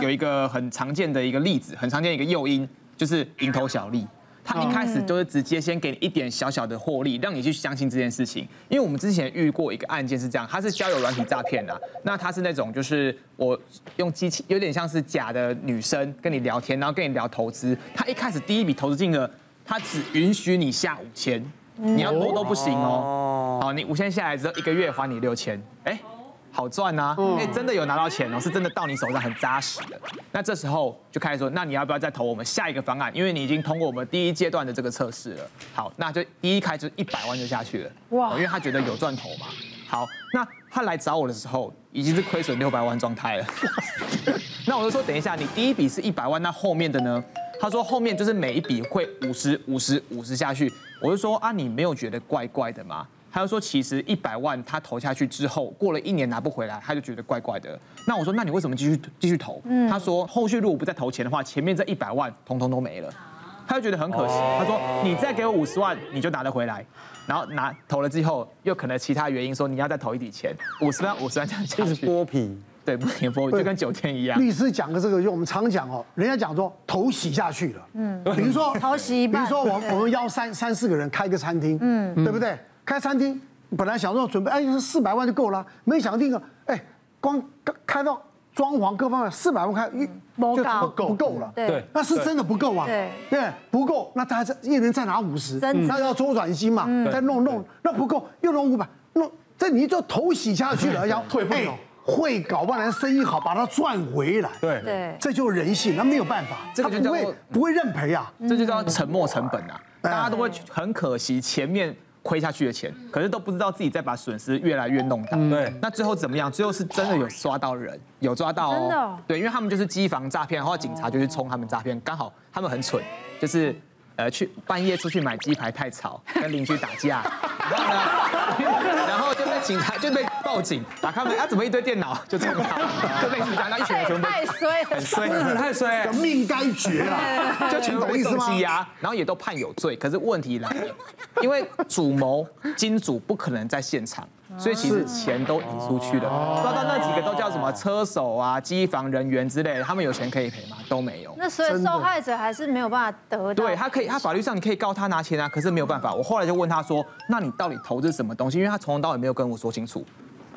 有一个很常见的一个例子，很常见一个诱因就是蝇头小利。他一开始就是直接先给你一点小小的获利，让你去相信这件事情。因为我们之前遇过一个案件是这样，他是交友软体诈骗啊，那他是那种就是我用机器，有点像是假的女生跟你聊天，然后跟你聊投资。他一开始第一笔投资金额，他只允许你下五千，你要多都不行哦。好，你五千下来之后，一个月还你六千，哎。好赚呐、啊！哎，真的有拿到钱哦，是真的到你手上很扎实的。那这时候就开始说，那你要不要再投我们下一个方案？因为你已经通过我们第一阶段的这个测试了。好，那就第一开就一百万就下去了，哇！因为他觉得有赚头嘛。好，那他来找我的时候已经是亏损六百万状态了。 那我就说，等一下，你第一笔是一百万，那后面的呢？他说后面就是每一笔会五十、五十、五十下去。我就说啊，你没有觉得怪怪的吗？他就说，其实一百万他投下去之后，过了一年拿不回来，他就觉得怪怪的。那我说，那你为什么继续继续投？他说，后续如果不再投钱的话，前面这一百万通通都没了，他就觉得很可惜。他说，你再给我五十万，你就拿得回来。然后拿投了之后，又可能其他原因说你要再投一笔钱，五十万五十万这样下就是去， 剥皮，对，不停播，就跟九天一样。律师讲的这个，就我们常讲哦，人家讲说头洗下去了，嗯，比如说 头洗一比半如说我我们邀三三四个人开一个餐厅，嗯，对不对？开餐厅本来想说准备哎四百万就够了，没想到第一个哎光刚开到装潢各方面四百万开，一不就够不够了，对那是真的不够啊，对对，不够，那大家再一人再拿五十，真的嗯那要周转金嘛，再弄弄，那不够又弄五百，弄这你就头洗下去了，要退不了。会搞不然生意好，把它赚回来。对对这就是人性，那没有办法，这个他就不叫会做不会认赔啊。这就叫嗯沉没成本啊！大家都会很可惜前面亏下去的钱，嗯可是都不知道自己在把损失越来越弄大。对那最后怎么样？最后是真的有抓到人，有抓到真的哦哦。对，因为他们就是机房诈骗，然后警察就去冲他们诈骗，刚好他们很蠢，就是。呃，去半夜出去买鸡排太吵，跟邻居打架，然后呢， 然后就被警察就被报警，打开门，啊，怎么一堆电脑就这样，就类似这样，那一群人全部被 太衰了很，衰，真的很太衰人，命该绝啊！ 就全部懂被意思送吗羁押，然后也都判有罪。可是问题来了，因为主谋金主不可能在现场，所以其实钱都移出去了。抓到那几个都叫什么车手啊、机房人员之类的，他们有钱可以赔吗？都没有。那所以受害者还是没有办法得到。对他可以，他法律上你可以告他拿钱啊，可是没有办法。我后来就问他说：“那你到底投资什么东西？”因为他从头到尾没有跟我说清楚。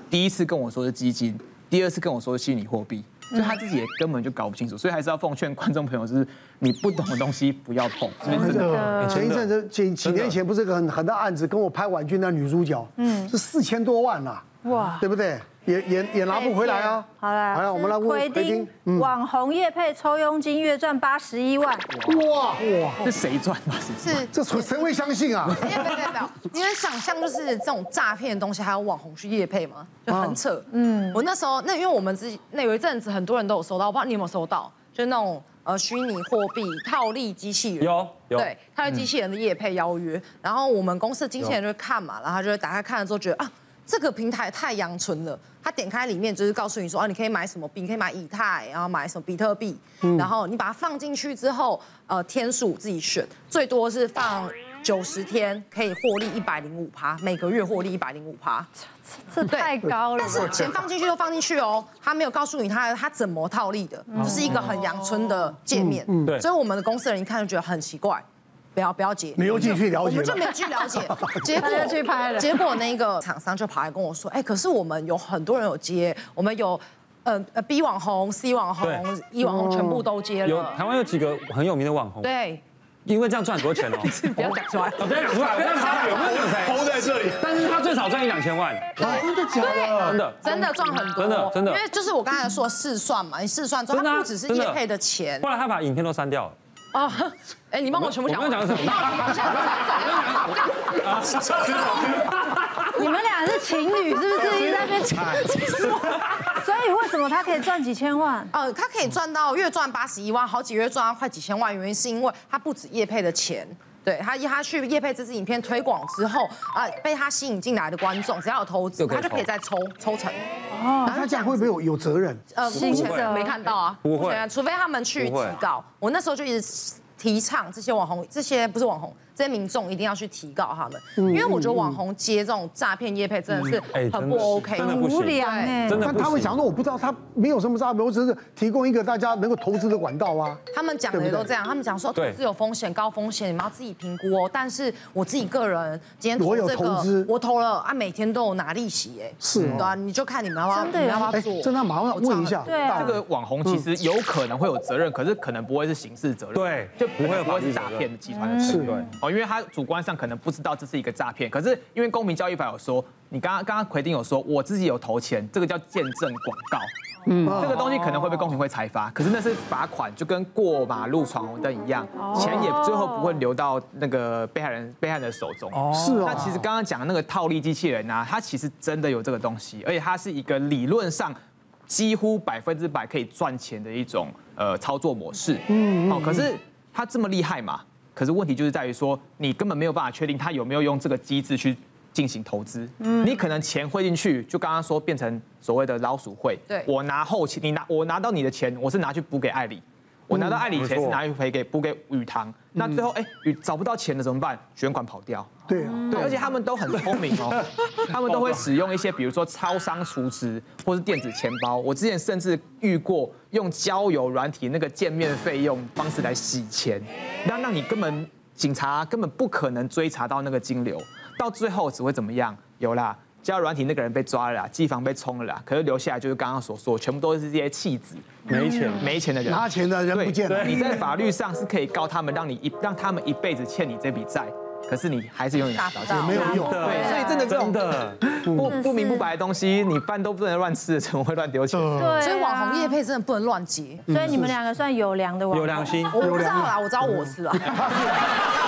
第一次跟我说是基金，第二次跟我说是虚拟货币，所以他自己也根本就搞不清楚。所以还是要奉劝观众朋友，就是你不懂的东西不要碰，是不是真的？哎前一阵子几几年前不是个很很大案子，跟我拍《婉君》那女主角，嗯，是四千多万呐，哇对不对？也也也拿不回来啊。好啦，好了，我们来问奎奎丁嗯丁，网红业配抽佣金月赚八十一万，哇哇，是谁赚的？是是，哎这谁谁会相信啊？没有没有没有没有，你能想象就是这种诈骗的东西还有网红去夜配吗？就很扯。嗯，我那时候那因为我们自己那有一阵子很多人都有收到，我不知道你有没有收到，就是那种呃虚拟货币套利机器人。有有对，套利机器人的夜配邀约，然后我们公司的经纪人就会看嘛，然后他就会打开看了之后觉得啊。这个平台太阳春了，他点开里面就是告诉你说啊，你可以买什么币，你可以买以太，然后买什么比特币，然后你把它放进去之后，呃，天数自己选，最多是放九十天，可以获利一百零五趴，每个月获利一百零五趴。这太高了但。是钱放进去就放进去哦，他没有告诉你他他怎么套利的，嗯就是一个很阳春的界面。对所以我们的公司的人一看就觉得很奇怪，不要不要解，你又进去了我解们就了没。有去了 解，结果他就去拍了结果那个厂商就跑来跟我说，哎，可是我们有很多人有接，我们有。呃呃，B 网红、C 网红对、 E 网红全部都接有了台，湾有几个很有名的网红，对，因为这样赚很多钱哦。 不要讲出来。我不要讲出 来，我不要讲出来，我不要讲出来。都在这里。但是他最少赚一两千万，真的假的？真的。真的赚很多，真的真的因为就是我刚才说的试算嘛，你试算之后，真的啊它不只是真的业配的钱后来他把影片都删掉了。哦，哎，你帮我全部讲我完，没有讲 什么你们俩是情侣是不是？一直在那边抢，哎 所以为什么他可以赚几千万？呃，他可以赚到月赚八十一万，好几个月赚到快几千万，原因是因为他不止业配的钱。对他，他去业配这支影片推广之后，啊、被他吸引进来的观众，只要有投资，就可以他就可以抽再抽抽成。那他这样会不会有有责任？呃，目信者前没看到啊，不会目前除非他们去提不会告。我那时候就一直提倡这些网红，这些不是网红，这些民众一定要去提告他们，嗯因为我觉得网红接这种诈骗业配真的是哎很真不的是 OK，真的不无行良哎，真的但不他会行想说，我不知道，他没有什么诈骗，我只是提供一个大家能够投资的管道啊。他们讲的也都这样，他们讲说投对资有风险，高风险你们要自己评估哦。但是我自己个人今天我投有这投资个，我投了啊，每天都有拿利息哎，是哦对啊，你就看你们要不要，真的你们耶要不哎要做？，正常马上问一下，对啊大这个伟网红其实有可能会有责任，可是可能不会是刑事责任，对就不不会会有不法会律是责诈任骗集团的是罪，哦，因为他主观上可能不知道这是一个诈骗，可是因为公平交易法有说，你刚刚刚刚奎丁有说我自己有投钱，这个叫见证广告，嗯啊啊这个东西可能会被公平会裁罚，可是那是罚款，就跟过马路闯红灯一样，钱也最后不会流到那个被害人被害人的手中，是哦那其实刚刚讲的那个套利机器人啊，它其实真的有这个东西，而且它是一个理论上几乎百分之百可以赚钱的一种呃操作模式。嗯，哦，可是它这么厉害嘛？可是问题就是在于说，你根本没有办法确定它有没有用这个机制去进行投资。嗯，你可能钱汇进去，就刚刚说变成所谓的老鼠会。对我拿后期，你拿我拿到你的钱，我是拿去补给艾里。我拿到艾里钱是拿去赔给补给宇堂，那最后哎、宇找不到钱了怎么办？卷款跑掉，对啊，对，而且他们都很聪明哦，他们都会使用一些，比如说超商储值或是电子钱包。我之前甚至遇过用交友软体那个见面费用方式来洗钱，让让你根本警察根本不可能追查到那个金流，到最后只会怎么样？有啦。交友软体那个人被抓了啦，机房被冲了啦，可是留下来就是刚刚所说，全部都是这些弃子、没钱。没钱的人，拿钱的人对，不见了，你在法律上是可以告他们，让你一让他们一辈子欠你这笔债，可是你还是永远拿达不不到钱。到，没有用。对对，所以真的这种真的，不不明不白的东西，你饭都不能乱吃，怎么会乱丢钱？对啊，所以网红业配真的不能乱接。嗯所以你们两个算有良的网有红良心。我不知道啦，我知道我是啦。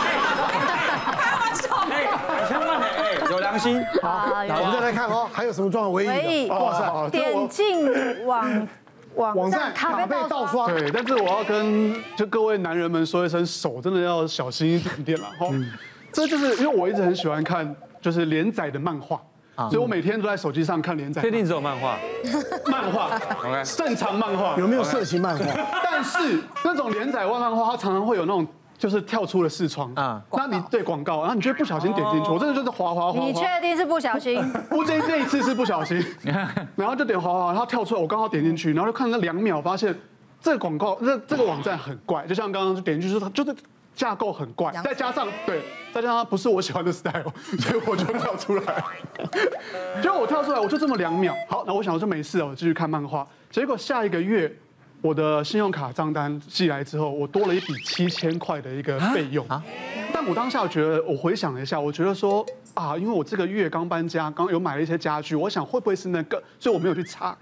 开玩笑哎，两千万呢？哎，有良心。啊，有那我们良再来看哦，还有什么状况唯一所以的？哇塞，这点我进网网网站站卡咖被啡盗盗刷刷，，对，但是我要跟就各位男人们说一声，手真的要小心一点点了哈。这就是因为我一直很喜欢看就是连载的漫画，所以我每天都在手机上看连载确定只有漫画漫画， ？OK，正常漫画有没有色情漫画？但是那种连载万漫画，它常常会有那种就是跳出了视窗啊啊，那你对广告，然后你就会不小心点进去，我真的就是滑哦滑滑你滑。确定是不小心？ 我这这一次是不小心，然后就点滑滑，然后跳出来，我刚好点进去，然后就看了两秒，发现这个广告这这个网站很怪，就像刚刚就点进去说它就是。架构很怪，洋再加上对，再加上它不是我喜欢的 style，所以我就跳出来。结果我跳出来，我就这么两秒，好，那我想我就没事了，我继续看漫画。结果下一个月，我的信用卡账单寄来之后，我多了一笔七千块的一个费用。但我当下觉得，我回想了一下，我觉得说啊，因为我这个月刚搬家，刚有买了一些家具，我想会不会是那个，所以我没有去查。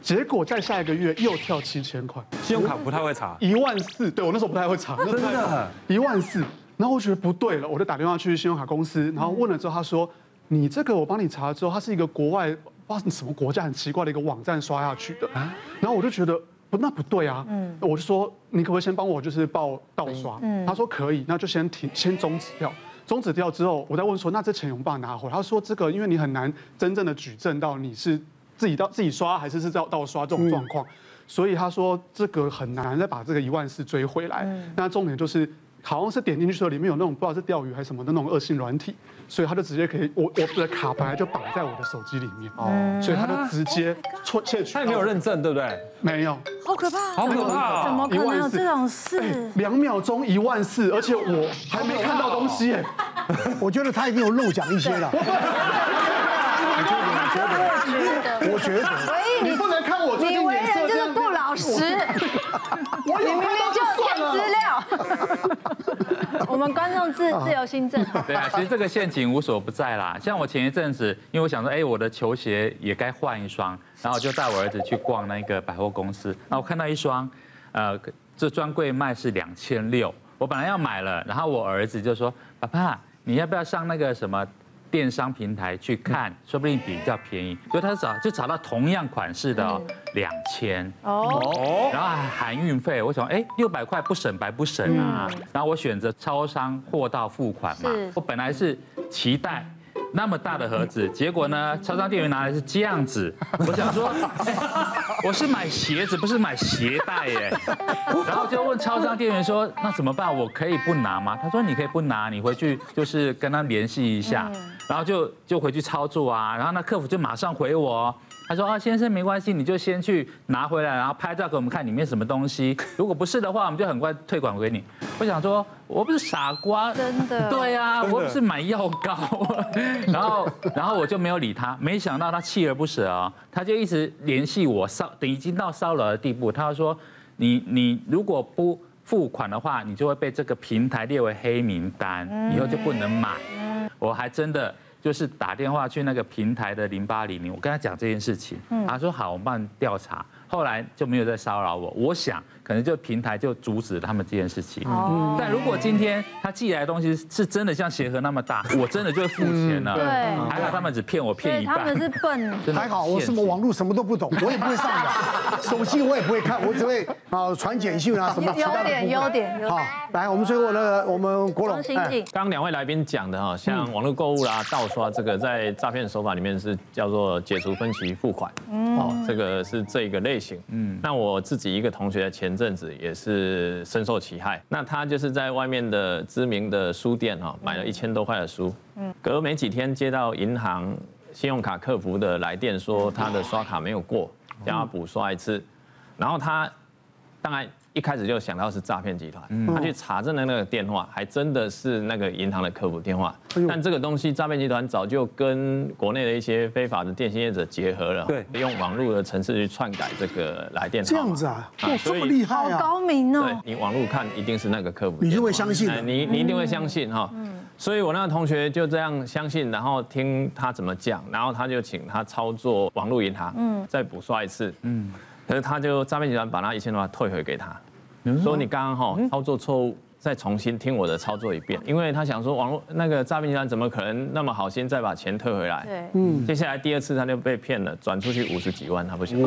结果在下一个月又跳七千块，信用卡不太会查。一万四，对我那时候不太会查，真的一万四。然后我觉得不对了，我就打电话去信用卡公司，然后问了之后，他说你这个我帮你查了之后，它是一个国外不知道是什么国家很奇怪的一个网站刷下去的，然后我就觉得不那不对啊，我就说你可不可以先帮我就是报盗刷？他说可以，那就先停，先终止掉。终止掉之后，我再问说那这钱有没有办法拿回来？他说这个因为你很难真正的举证到你是自己到自己刷还是是到盗刷这嗯种状况，所以他说这个很难再把这个一万四追回来。嗯那重点就是。好像是点进去之后，里面有那种不知道是钓鱼还是什么的那种恶性软体，所以他就直接可以，我我的卡本来就绑在我的手机里面，哦，所以他就直接错窃取嗯哎他到我。也没有认证，对不对？没有， 好可怕好可怕怎哦！么哦可能有这种事？哎两秒钟一万四，而且我还没看到东西耶。我觉得他一定有漏讲一些了。哎我觉得，所以你你不能看我最你近为脸人色就这是样子不，老实， 我你有明看明到就就有算看资了。料。 我们观众自自由新 政，对啊，其实这个陷阱无所不在啦。像我前一阵子，因为我想说，哎，我的球鞋也该换一双，然后我就带我儿子去逛那个百货公司。那我看到一双，呃，这专柜卖是两千六，我本来要买了，然后我儿子就说：“爸爸，你要不要上那个什么电商平台去看，说不定比较便宜。”所以他找就找到同样款式的哦两千、0哦，然后还含运费，我想，哎，六百块不省白不省啊。然后我选择超商货到付款嘛是，我本来是期待那么大的盒子，结果呢，超商店员拿来是这样子。我想说，哎我是买鞋子，不是买鞋带耶。然后就问超商店员说，那怎么办？我可以不拿吗？他说你可以不拿，你回去就是跟他联系一下，嗯然后就就回去操作啊。然后那客服就马上回我哦。他说啊，先生没关系，你就先去拿回来，然后拍照给我们看里面什么东西。如果不是的话，我们就很快退款给你。我想说，我不是傻瓜，真的对呀、我不是买药膏，啊 然后然后我就没有理他，没想到他锲而不舍啊、他就一直联系我骚，等已经到骚扰的地步。他说，你你如果不付款的话，你就会被这个平台列为黑名单，嗯以后就不能买。我还真的就是打电话去那个平台的零八零零，我跟他讲这件事情，嗯他说好，我帮你调查。后来就没有再骚扰我，我想可能就平台就阻止他们这件事情。哦但如果今天他寄来的东西是真的像鞋盒那么大，我真的就会付钱了。嗯对还好他们只骗我所骗以一他半们。是笨，真的还好我什么网络什么都不懂，我也不会上网，手机我也不会看，我只会啊传简讯啊什么有其他有的点不会优点优点好，来我们最后呢，我们国龙中心哎境。刚刚两位来宾讲的哈，像网络购物啦、盗刷这个，在诈骗手法里面是叫做解除分期付款，哦，这个是这一个类型。嗯，那我自己一个同学前阵子也是深受其害，那他就是在外面的知名的书店哈，买了一千多块的书，隔没几天接到银行信用卡客服的来电说他的刷卡没有过，叫他补刷一次，然后他当然一开始就想到是诈骗集团，他去查证的那个电话，还真的是那个银行的客服电话。哎但这个东西，诈骗集团早就跟国内的一些非法的电信业者结合了，对利用网络的程式去篡改这个来电号这码样子啊，啊哇，这所以么厉害好啊！高明对哦，你网络看一定是那个客服电话，你就会相信的哎你你一定会相信哈。嗯所以我那个同学就这样相信，然后听他怎么讲，然后他就请他操作网络银行，嗯，再补刷一次，嗯。可是他就诈骗集团把那一千多万退回给他，嗯说你刚刚哈操作错误。再重新听我的操作一遍，因为他想说网络那个诈骗集团怎么可能那么好心再把钱退回来？哎对，嗯，接下来第二次他就被骗了，转出去五十几万，他不想。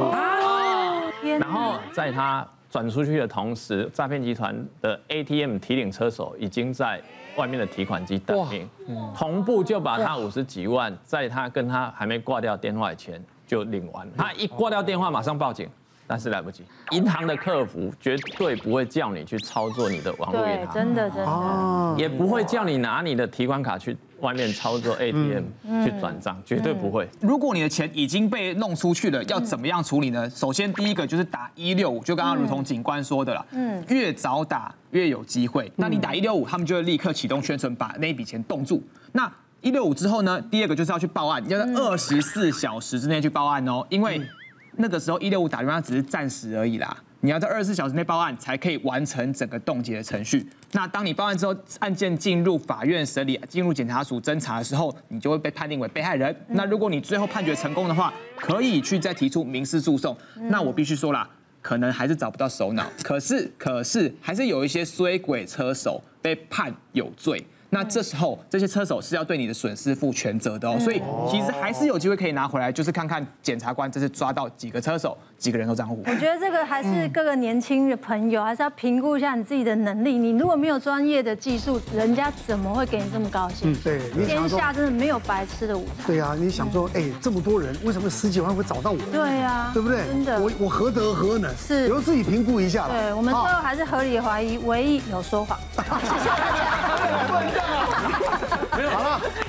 天哪然后在他转出去的同时，诈骗集团的 ATM 提领车手已经在外面的提款机等命，同步就把他五十几万，在他跟他还没挂掉电话以前就领完了。嗯他一挂掉电话，马上报警。但是来不及，银行的客服绝对不会叫你去操作你的网络银啊对，行，真的真的，哦也不会叫你拿你的提款卡去外面操作 ATM 嗯去转账，绝对不会。如果你的钱已经被弄出去了，要怎么样处理呢？首先第一个就是打一六五，就刚刚如同警官说的啦，嗯，越早打越有机会。那你打一六五，他们就会立刻启动宣传，把那一笔钱冻住。那一六五之后呢，第二个就是要去报案，要在二十四小时之内去报案哦，因为那个时候一六五打电话只是暂时而已啦。你要在二十四小时内报案，才可以完成整个冻结的程序。那当你报案之后，案件进入法院审理、进入检察署侦查的时候，你就会被判定为被害人。那如果你最后判决成功的话，可以去再提出民事诉讼。那我必须说啦，可能还是找不到首脑， 可是可是还是有一些衰鬼车手被判有罪。那这时候，这些车手是要对你的损失负全责的哦，所以其实还是有机会可以拿回来，就是看看检察官这次抓到几个车手，几个人头账户。我觉得这个还嗯是各个年轻的朋友，还啊是要评估一下你自己的能力。你如果没有专业的技术，人家怎么会给你这么高薪？对，你想天说，下真的没有白吃的午餐。对啊，你想说，哎，这么多人，为什么十几万会找到我？对啊，对不对？真的，我我何德何能？是由自己评估一下了。对我们最好后还是合理怀疑，唯一有说 谎。